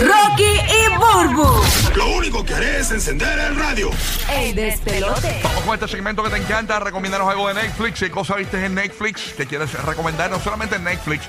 Rocky y Burbu. Lo único que haré es encender el radio. El despelote. Vamos con este segmento que te encanta, recomendarnos algo de Netflix. Si cosa viste en Netflix que quieres recomendar, no solamente en Netflix,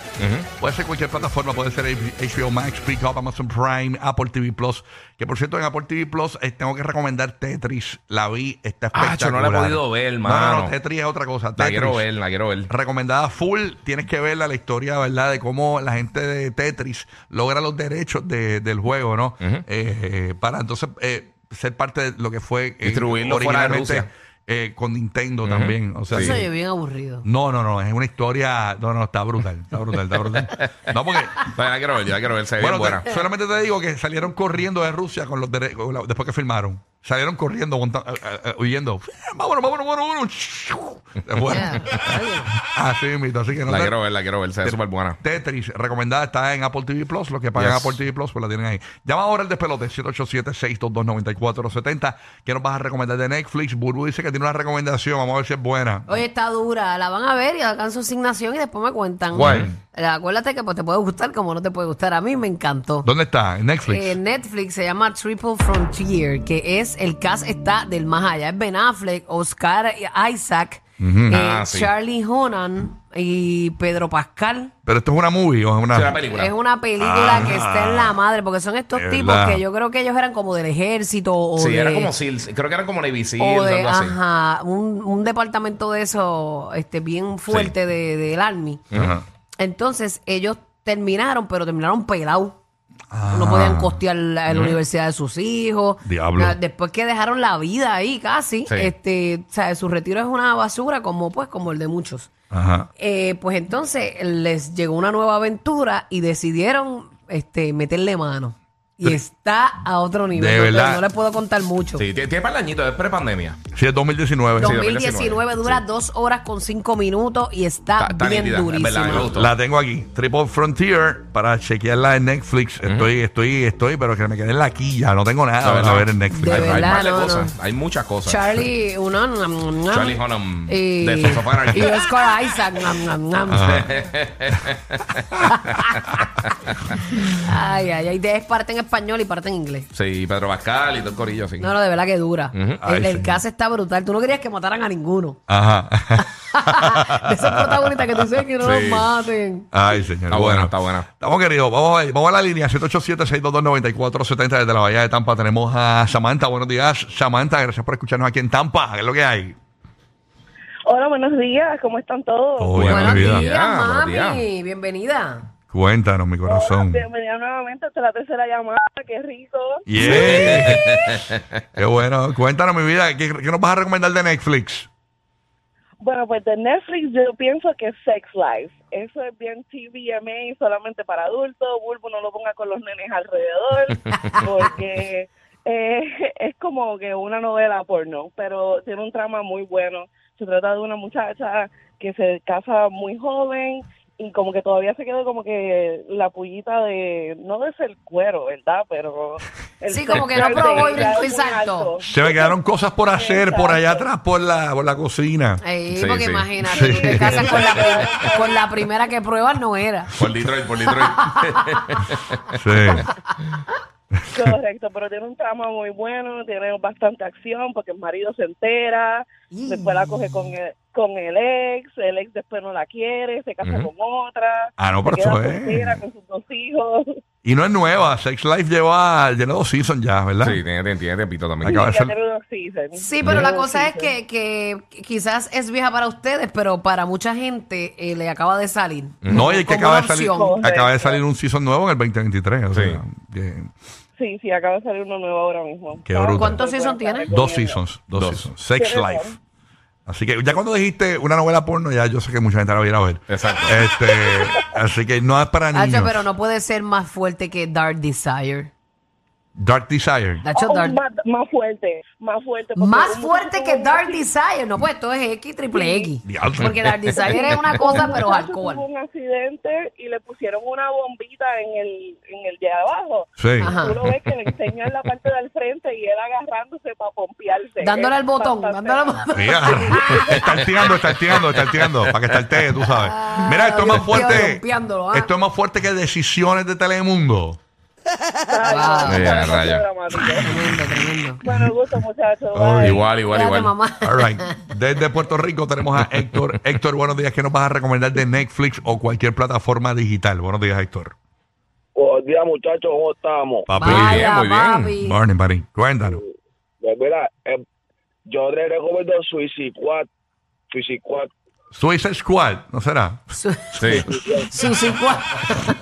puede ser cualquier plataforma, puede ser HBO Max, Pick Up, Amazon Prime, Apple TV Plus. Que por cierto, en Apple TV Plus eh, tengo que recomendar Tetris. La vi, está Ah, espectacular. yo no la he podido ver, No, no, no, mano. Tetris es otra cosa. La Tetris. quiero ver, la quiero ver. Recomendada full, tienes que verla la historia, ¿verdad? De cómo la gente de Tetris logra los derechos de- del juego, ¿no? Eh, eh, para entonces eh, ser parte de lo que fue eh, Distribuirlo fuera de originalmente, Rusia. eh, con Nintendo también. O sea, Sí. que- Eso es bien aburrido. no, no, no, es una historia. No, no, está brutal, está brutal, está brutal. No, porque. No, yo la quiero ver, yo la quiero ver, se ve Bueno, bien buena. te- solamente te digo que salieron corriendo de Rusia con los dere- con la- después que firmaron. Salieron corriendo, monta- eh, eh, eh, huyendo. Vámonos, vámonos, vámonos, vámonos. Bueno, Ya, oye. así mismo, así que no La te- quiero ver, la quiero ver, se ve súper buena. Tetris, recomendada, está en Apple TV Plus. Los que pagan Yes. Apple TV Plus, pues la tienen ahí. Llama ahora el despelote, 787-622-9470. ¿Qué nos vas a recomendar de Netflix? Burbu dice que tiene una recomendación, vamos a ver si es buena. Oh. Oye, está dura. La van a ver y hagan su asignación y después me cuentan. ¿Cuál? Eh, Acuérdate que pues, te puede gustar como no te puede gustar. A mí me encantó. ¿Dónde está? ¿En Netflix? Eh, Netflix se llama Triple Frontier, que es el cast está del más allá. Es Ben Affleck, Oscar Isaac, eh, Ah, sí. Charlie Honan y Pedro Pascal. ¿Pero esto es una movie o es una...? Es una película. Es una película Ah. que está en la madre, porque son estos Es tipos verdad. que yo creo que ellos eran como del ejército o Sí, de, era como Seals, creo que eran como Navy o Seals, de algo así. ajá, un, un departamento de eso este, bien fuerte de- del Army. Ajá. Entonces ellos terminaron, pero terminaron pelados. No podían costear la, la universidad de sus hijos. Diablo. Na- Después que dejaron la vida ahí casi, Sí. este, o sea, su retiro es una basura como pues como el de muchos. Ajá. Eh, pues entonces les llegó una nueva aventura y decidieron este, meterle mano. Y está a otro nivel. no De te- verdad. No les puedo contar mucho. Sí, tiene, tiene par de añitos, es pre-pandemia. Sí, es 2019. Pues Sí, 2019 dura dos horas con cinco minutos y está, Está- está bien nítida, es durísima. verdad, me gustó. La tengo aquí, Triple Frontier, para chequearla en Netflix. Estoy, estoy, estoy, pero que me quedé en la quilla. No tengo nada No, para no. Ah, ver en Netflix. De hay, hay verdad, par de no, cosas, hay muchas cosas. Charlie, una, una- una- Charlie Hunnam, y, de Sons of Anarchy. y Oscar Isaac. nam, nam, nam. ay, ay, ay. de- Es parte en español y parte en inglés. Sí, Pedro Pascal y todo el corillo, sí. No, no, de verdad que dura. Ay, El, el sí. caso está brutal. Tú no querías que mataran a ninguno. Ajá. de esos protagonistas que te dicen que no los Sí. maten. Ay, señor. Está buena, está buena. Estamos queridos. Vamos a, ver, vamos a la línea 787-622-9470 desde la Bahía de Tampa. Tenemos a Samantha. Buenos días, Samantha. Gracias por escucharnos aquí en Tampa. ¿Qué es lo que hay? Hola, buenos días, ¿cómo están todos? Todo bien, Buenos mi vida. días, Ya, buenos mami. días. Bienvenida. Cuéntanos, mi Hola, corazón. bienvenida nuevamente hasta la tercera llamada, qué rico. Yeah. Qué bueno. Cuéntanos, mi vida. ¿Qué, qué nos vas a recomendar de Netflix? Bueno, pues de Netflix yo pienso que es Sex Life. Eso es bien TVMA, solamente para adultos. Bulbo no lo ponga con los nenes alrededor, porque eh, es como que una novela porno, pero tiene un trama muy bueno. Se trata de una muchacha que se casa muy joven y como que todavía se quedó como que la pullita de, no de ser cuero, ¿verdad? Pero... el Sí, como que no sexual de probó el ella es muy exacto. alto. Se me quedaron cosas por hacer por allá atrás, por la, por la cocina. Ey, Sí, porque sí. imagínate, tú te casas con la, prim- con la primera que pruebas no era. Por Detroit, por Detroit. Sí. Correcto, pero tiene un trama muy bueno, tiene bastante acción porque el marido se entera, Mm. Y- después la coge con el, con el ex, el ex después no la quiere, se casa Ujú. con otra, Ah, no, se pero queda eso soltera es. con sus dos hijos. Y no es nueva. Sex Life lleva, lleva dos seasons ya, ¿verdad? Sí, tiene, tiene, tiene tiempito también. Acaba de Ya ser- tiene dos seasons. Sí, pero la Dos cosa es que, seasons. que quizás es vieja para ustedes, pero para mucha gente eh, le acaba de salir. No, y es Como que acaba de una salir, opción. acaba de salir un season nuevo en el 2023. O Sí. sea, que- Sí, sí, acaba de salir uno nuevo ahora mismo. Oh, Qué bruto. ¿Cuántos seasons tiene? dos seasons, dos, Dos. seasons. Sex Tiene Life. razón. Así que ya cuando dijiste una novela porno, ya yo sé que mucha gente la va a ir a ver. Exacto. Este, así que no es para Hacho, niños. pero no puede ser más fuerte que Dark Desire. Dark Desire. Hacho, Oh, Dark- más, más fuerte, más fuerte. porque Más un fuerte muchacho- que Dark Desire. No, pues esto es X triple X. Diablo. Porque Dark Desire es una cosa, pero muchacho Tuvo alcohol. un accidente y le pusieron una bombita en el, en el de abajo. Sí. Ajá. Tú lo ves que le enseñan la parte del frente y él agarrándose para pompearse. Dándole Es al botón, bastante- dándole al botón. Mira, está tirando, está tirando, está tirando, para que estartee, tú sabes. Mira, esto es más Ah, Dios mío, fuerte. rompiéndolo, ah. Esto es más fuerte que decisiones de Telemundo. Ay, Eh, demasiado raya. dramático. Tremendo, tremendo. Bueno, gusto, muchachos. Oh, Igual, igual, Bye. igual. Quédate, mamá. All right. Desde Puerto Rico tenemos a Héctor. Héctor, buenos días. ¿Qué nos vas a recomendar de Netflix o cualquier plataforma digital? Buenos días, Héctor. Buenos días, muchachos, ¿cómo estamos? pues, Muy bien, Vaya, muy bien. papi. Morning, buddy. Cuéntanos. Pues mira, eh, yo le recomiendo Suicide Squad. Suicide Squad. Suicide Squad, ¿no será? Su, Sí. su cincuenta.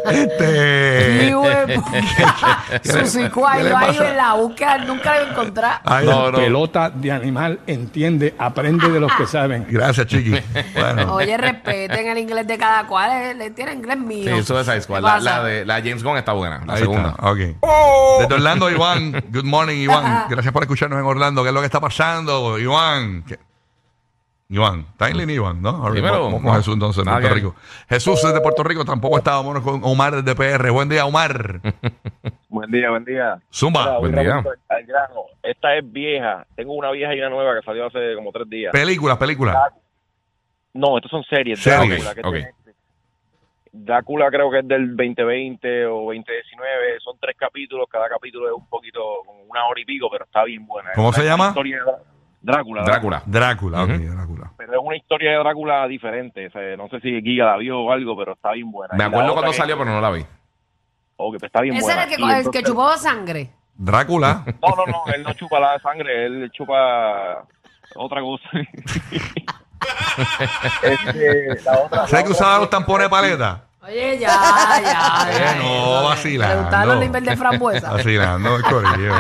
Este. Su cincuenta. ¿Qué le Yo ahí pasa? en la búsqueda nunca la voy a encontrar. Ay, No, no. Pelota de animal, entiende, aprende de los que saben. Gracias, Chiqui. Bueno. Oye, respeten el inglés de cada cual. eh, Le tienen inglés mío. Sí, eso es esa ¿Qué escuela. La, pasa? la de la James Gunn está buena, la Ahí segunda. Oh. está, ok. Desde Orlando, Iván. Good morning, Iván. Gracias por escucharnos en Orlando. ¿Qué es lo que está pasando, Iván? ¿Qué- Iván, está en línea, Iván, ¿no? All right, Dímelo. vamos con No. Jesús entonces, de Ah, Puerto ok. Rico. Jesús desde Puerto Rico, tampoco está. Vámonos con Omar desde PR. Buen día, Omar. Buen día, buen día. Zumba. buen día. Al grano. Esta es vieja. Tengo una vieja y una nueva que salió hace como tres días. Películas, películas. No, estas son series. Series, Drácula, que ok. es de Netflix. Drácula creo que es del 2020 o 2019. Son tres capítulos. Cada capítulo es un poquito, como una hora y pico, pero está bien buena. ¿Cómo Es se una llama? historia de Drá- Drácula. Drácula. Drácula, ok, Ujú. Drácula. Pero es una historia de Drácula diferente. O sea, no sé si Giga la vio o algo, pero está bien buena. Me Y la acuerdo otra cuando que- salió, pero no la vi. Ok, pero está bien Ese buena. era el que, Y el que entonces- chupó sangre. Drácula. No, no, no, él no chupa la sangre, él chupa otra cosa. Este, la otra, ¿Sabes que usaba los tampones de paleta? Oye, ya, ya. ya, Eh, no, ya. vacilando. Le gustaron los niveles de frambuesa. Vacilando, el corillo.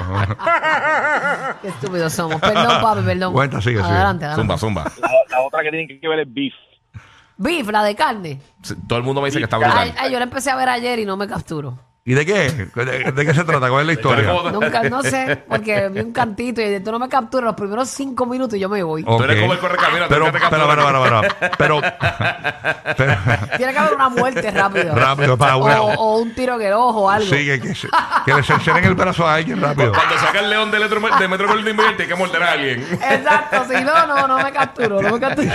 Qué estúpidos somos. Perdón, papi, perdón. Cuenta, sigue, sigue. Adelante, adelante. Zumba, zumba. la, la otra que tienen que ver es beef. Beef, la de carne. Sí, Todo el mundo me dice que está Ay, brutal. ay, yo la empecé a ver ayer y no me capturo. ¿Y de qué? ¿De, de qué se trata? ¿Cuál es la historia? Pero como- Nunca, no sé, porque vi un cantito y tú no me capturas los primeros cinco minutos y yo me voy. Tú eres Ok. como el correcamino, tú Pero, nunca te pero, pero, capturas. pero, pero, pero- pero- Tiene que haber una muerte rápido. Rápido, para una- o, o un tiro en el ojo o algo. Sí, que, que se- que le cercioren el brazo a alguien rápido. Cuando saca el león de Metro, de Metro Golden Gate, tiene que morder a alguien. Exacto, si no, no, no me capturo, no me capturo.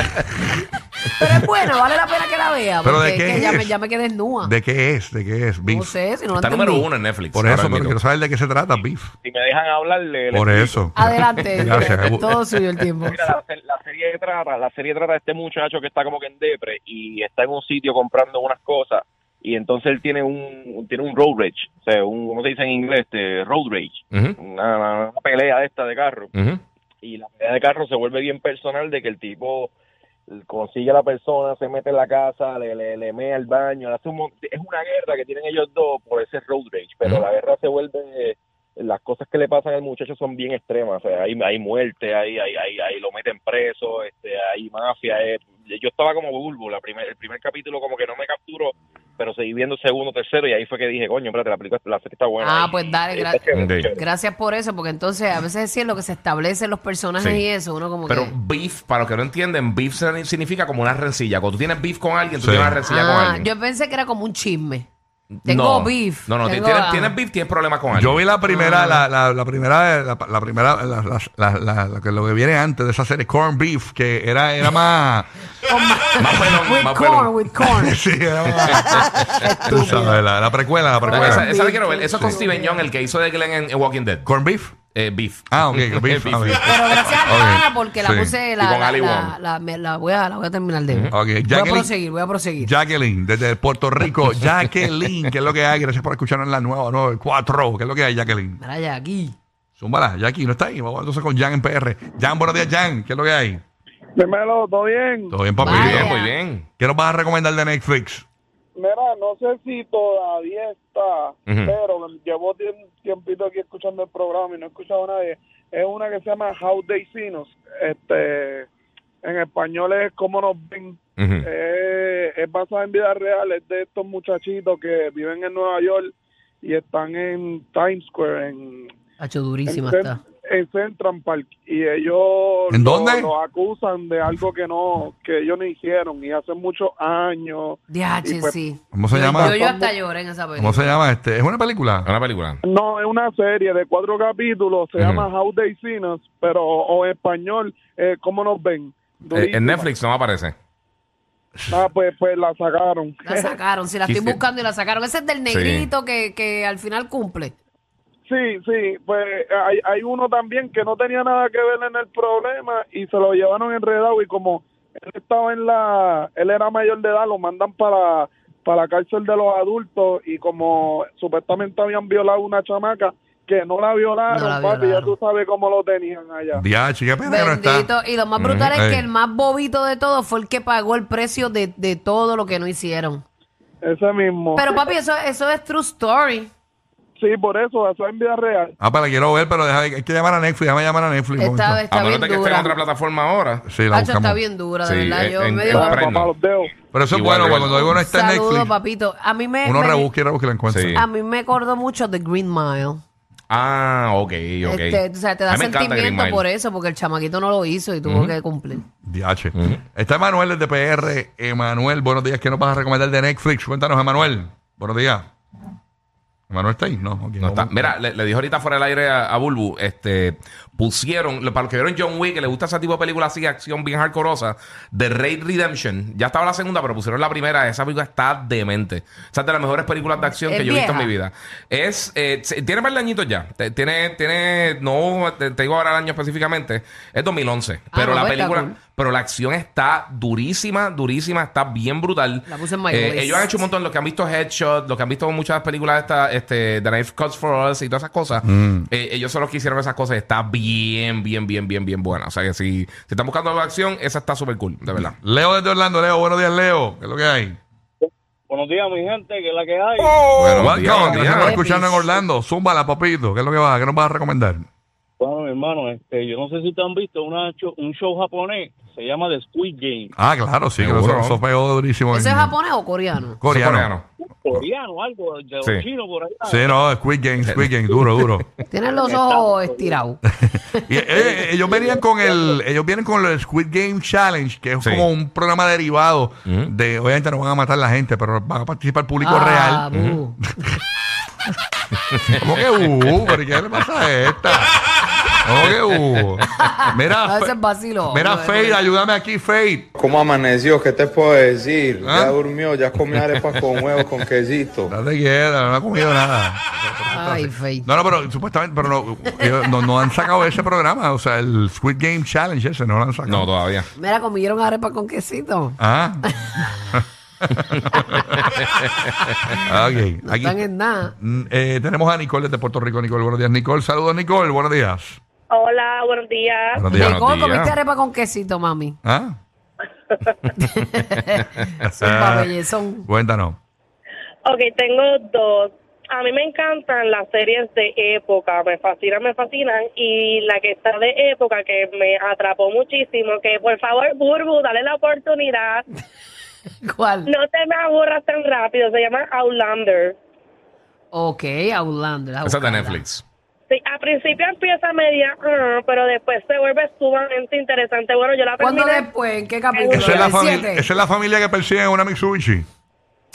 Pero es bueno, vale la pena que la vea, ¿Pero porque de qué es que ya es? me, ya me quedé desnuda. ¿De qué es? ¿De qué es? Beef. No sé, si no la Está entendí. número uno en Netflix. Por ahora eso, pero mismo. quiero saber de qué se trata, Beef. Si me dejan hablar, le- le Por eso. explico. Adelante, Gracias. todo suyo el tiempo. Mira, la, se- la serie trata, la serie trata de este muchacho que está como que en depre y está en un sitio comprando unas cosas y entonces él tiene un tiene un road rage, o sea, un ¿cómo se dice en inglés? Este road rage, Ujú, una, una- una pelea de esta de carro. ujú. y la pelea de carro se vuelve bien personal de que el tipo consigue a la persona, se mete en la casa, le, le, le mea el baño, le hace un mon- es una guerra que tienen ellos dos por ese road rage, pero Ujú. la guerra se vuelve, las cosas que le pasan al muchacho son bien extremas, o sea, hay, hay muerte, hay, hay, hay, hay- lo meten preso, este, hay mafia, eh. yo estaba como bulbo, la primer, el primer capítulo como que no me capturó, pero seguí viendo el segundo, tercero, y ahí fue que dije, coño, espérate, la película la serie está buena. Ah, Y- pues dale, y gra- está chévere, Ok. chévere. Gracias por eso, porque entonces a veces sí es lo que se establecen los personajes Sí. y eso, uno como Pero que... beef, para los que no entienden, beef se- significa como una rencilla. Cuando tú tienes beef con alguien, tú Sí. tienes una rencilla con Ah, alguien. yo pensé que era como un chisme. Tengo no, beef. No, no, tengo- tienes, ah. tienes beef, tienes problemas con alguien. Yo vi la primera, la, la, la primera, la, la primera, la, la- la- la- la que- lo que viene antes de esa serie, Corn Beef, que era, era más. Con ma- Más pelón, with Ah, más corn, pelón. with corn. sí, era más. Tú sabes, la, la precuela, la Esa, esa precuela. la quiero ver. Eso es con Steven Young, el que hizo de Glenn en, en Walking Dead. ¿Corn Beef? Eh, beef. Ah, ok, Beef. ah, ok. Pero gracias a Ok, Diana porque la sí. puse, Y la, con la, Ali la, Wong. la- me- la voy a, la voy a terminar de ver. Ok, voy a Jacqueline. proseguir, voy a proseguir. Jacqueline, desde Puerto Rico. Jacqueline, ¿qué es lo que hay? Gracias por escucharnos en la nueva 94. ¿Qué es lo que hay, Jacqueline? Mira ya, aquí. Zúmbala, Jackie no está ahí. Vamos entonces con Jan en PR. Jan, buenos días, Jan. ¿Qué es lo que hay? Dímelo, ¿todo bien? Todo bien, papi. Muy bien, Vaya. muy bien. ¿Qué nos vas a recomendar de Netflix? Mira, no sé si todavía está, pero llevo tiem- tiempito aquí escuchando el programa y no he escuchado a nadie. Es una que se llama How They See Us. Este, en español es Cómo nos ven. Ujú. Eh, es basada en vida real, es de estos muchachitos que viven en Nueva York y están en Times Square, en, Ha hecho durísima en, está. Cent- en Central Park. Y ellos ¿En lo- dónde? los acusan de algo que no que ellos no hicieron y hace muchos años. DH, Y pues- sí. ¿Cómo se Yo- llama? Yo, yo hasta lloré en esa película. ¿Cómo se llama este? ¿Es una película? Una película. No, es una serie de cuatro capítulos, se Ujú. llama How They Seen Us, pero o en español, eh, ¿cómo nos ven? Eh, Durísima. en Netflix no me aparece. Ah, pues, pues la sacaron. La sacaron, si la estoy Sí, sí. buscando y la sacaron. Ese es del negrito que, que al final cumple. Sí, sí, pues hay, hay uno también que no tenía nada que ver en el problema y se lo llevaron enredado y como él estaba en la, él era mayor de edad, lo mandan para, para la cárcel de los adultos y como supuestamente habían violado a una chamaca que no la violaron, No la papi, ya violaron. tú sabes cómo lo tenían allá. Diache, qué penero Bendito. Pues, está. Y lo más brutal es Ey. que el más bobito de todo fue el que pagó el precio de, de todo lo que no hicieron. Ese mismo. Pero papi, eso, eso es true story. sí, por eso, eso es en vida real. Ah, pero la quiero ver, pero deja, hay que llamar a Netflix, déjame llamar a Netflix. un Esta momento. está a menos bien de que esté en otra dura. plataforma ahora. Sí, la Hacho, está buscamos. bien dura, Sí, de verdad. Yo en- me en- digo, Comprendo. Para los dedos. Pero eso es Igual bueno, que porque cuando uno está en saludo, Netflix, papito. A mí me, uno me- rebusca y rebusca y la encuentra. Sí. a mí me acordó mucho de Green Mile. Ah, ok, ok. Este, o sea, te da A mí me encanta Green sentimiento Mile. por eso, porque el chamaquito no lo hizo y tuvo que cumplir. DH. Está Emanuel desde PR. Emanuel, buenos días. ¿Qué nos vas a recomendar de Netflix? Cuéntanos, Emanuel. Buenos días. ¿Emanuel está ahí? No, ok, No está. vamos. Mira, le, le dijo ahorita fuera del aire a, a Bulbu, este, pusieron, lo- para los que vieron John Wick, que le gusta ese tipo de películas así, acción bien hardcoreosa, The Raid Redemption. Ya estaba la segunda, pero pusieron la primera. Esa película está demente. O sea, es de las mejores películas de acción Es que yo he visto en vieja. mi vida. Es, eh, se- tiene varios añitos ya. Te- Tiene, tiene, no, te, te digo ahora el año específicamente, es 2011. Ah, Pero no, la está película, cool. pero la acción está durísima, durísima, está bien brutal. La puse en my list. Eh, ellos han hecho un montón, los que han visto Headshot, los que han visto muchas películas esta, este, The Knife Cuts for Us y todas esas cosas, Mm. eh, ellos son los que hicieron esas cosas. Está bien, bien, bien, bien, bien buena. O sea que si, si están buscando algo de acción, esa está súper cool, de verdad. Leo desde Orlando. Leo, buenos días, Leo. ¿Qué es lo que hay? Buenos días, mi gente, que es la que hay. Bueno, buenos días, welcome. buenos Gracias por días. escucharnos en Orlando. Zúmbala, papito. ¿Qué es lo que vas? ¿Qué nos vas a recomendar? Bueno, mi hermano, este, yo no sé si te han visto una cho- un show japonés, se llama The Squid Game, Ah, claro, sí. Que Seguro. eso, eso pegó durísimo. ¿Ese en- es japonés o coreano? Coreano. Coreano. coreano, algo de los Sí. chinos por allá. Sí, no, Squid Game, Squid Game. Duro, duro. Tienes los ojos estirados. Y, eh, ellos venían con el ellos vienen con el Squid Game Challenge que es Sí. como un programa derivado Ujú. de obviamente no van a matar a la gente pero van a participar público Ah, real bu. ¿Cómo que uh? ¿Pero qué le pasa a esta? ¿Cómo que uh? A Mira, veces Fe- vacilo. mira Bueno, Fade, ayúdame aquí, Fade. ¿Cómo amaneció? ¿Qué te puedo decir? ¿Ah? Ya durmió, ya comió arepas con huevos, con quesito. No te queda, no ha comido nada. Ay, Fade. No, no, pero supuestamente, pero no, ellos no, no han sacado ese programa, o sea, el Squid Game Challenge ese no lo han sacado. No, todavía. Mira, comieron arepa con quesito. Ah. ok, No aquí están en nada. Mm, eh, tenemos a Nicole desde Puerto Rico. Nicole, buenos días. Nicole, saludos, Nicole. Buenos días. Hola, buenos días. Buenos días. Nicole, días. comiste arepa con quesito, mami. ¿Ah? Zumba, bellezón. Cuéntanos. Ok, tengo dos. A mí me encantan las series de época, me fascinan, me fascinan. Y la que está de época, que me atrapó muchísimo, que por favor, Burbu, dale la oportunidad. ¿Cuál? No te me aburras tan rápido, se llama Outlander. Ok, Outlander. la Esa es de buscada. Netflix. Sí, a principio empieza media, ah, pero después se vuelve sumamente interesante. Bueno, yo la ¿Cuándo terminé. después? ¿En qué capítulo? Esa es, la ¿En el fami- siete? esa es la familia que persigue una Mitsubishi.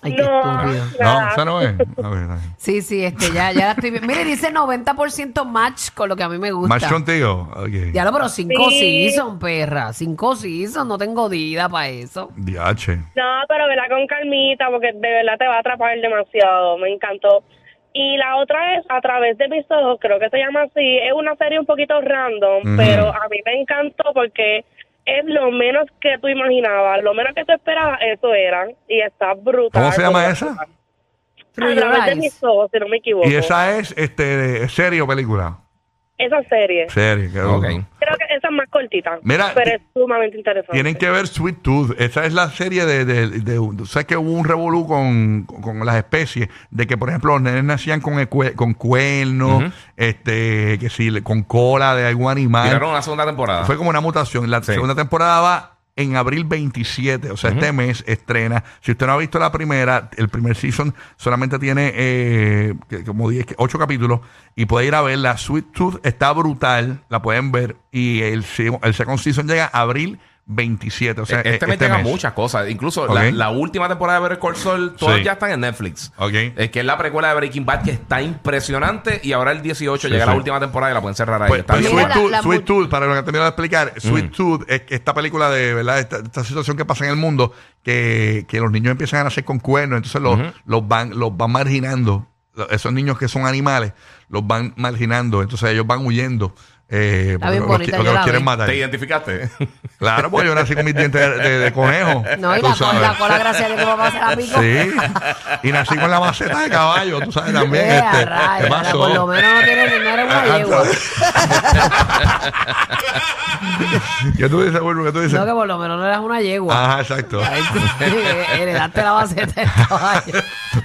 Ay, qué No. estúpido. No, Nada. esa no es. A ver, a ver. Sí, sí, este, ya, ya la estoy viendo. Mire, dice 90% match con lo que a mí me gusta. Más contigo. Ok. Ya lo, pero cinco Sí. season, perra. Cinco season, no tengo dida para eso. DH. No, pero vela con calmita porque de verdad te va a atrapar demasiado. Me encantó. Y la otra es A través de mis ojos, creo que se llama así. Es una serie un poquito random, Ujú. pero a mí me encantó porque es lo menos que tú imaginabas, lo menos que tú esperabas, eso era. Y está brutal. ¿Cómo se llama brutal. esa? A Your través de Eyes. mis ojos, si no me equivoco. Y esa es este serie o película. Esa serie. Serie, qué duro. Ok. Creo que esa es más cortita, Mira, pero ti- es sumamente interesante. Tienen que ver Sweet Tooth. Esa es la serie de. de, de- de- ¿Sabes que hubo un revolú con, con, con las especies? De que, por ejemplo, los nenes nacían con, el cue- con cuernos, este, que si le- con cola de algún animal. Tiraron una segunda temporada. ah, Fue como una mutación. La Ah. Sí. segunda temporada va en abril 27, o sea, este mes estrena. Si usted no ha visto la primera, el primer season solamente tiene eh, que- como 10, 8 capítulos y puede ir a verla. Sweet Tooth está brutal, la pueden ver. Y el, se- el second season llega abril 27. O sea, este, este me entrega mes. muchas cosas. Incluso la- Ok. la, última temporada de Better Call Saul, todas Sí. ya están en Netflix. Ok. Es que es la precuela de Breaking Bad que está impresionante. Y ahora el 18 Sí, llega sí. la última temporada y la pueden cerrar ahí. Pues, Está Mm. pues bien Mira, Sweet buena. la- Tooth, la Sweet mu- Tooth, para lo que termino de explicar, Sweet Tooth es que esta película de, ¿verdad? Esta, esta situación que pasa en el mundo, que, que los niños empiezan a nacer con cuernos, entonces los, los, van, los van marginando. Lo- Esos niños que son animales, los van marginando, entonces ellos van huyendo. Eh, porque bien los- bonita, los, yo la los quieren vi. matar. ¿Te identificaste? Claro, porque yo nací con mis dientes de, de- de conejo. No, y tú la, sabes. la cola gracias a Dios que papá se la picó. Sí, y nací con la maceta de caballo, tú sabes también. Eh, a este, rayos, ahora ¿qué pasó? por lo menos no tiene dinero en una Ah, yegua. ¿Qué tú dices, Wilbur? ¿Qué tú dices? No, que por lo menos no eras una yegua. Ajá, exacto. Heredaste la maceta del caballo.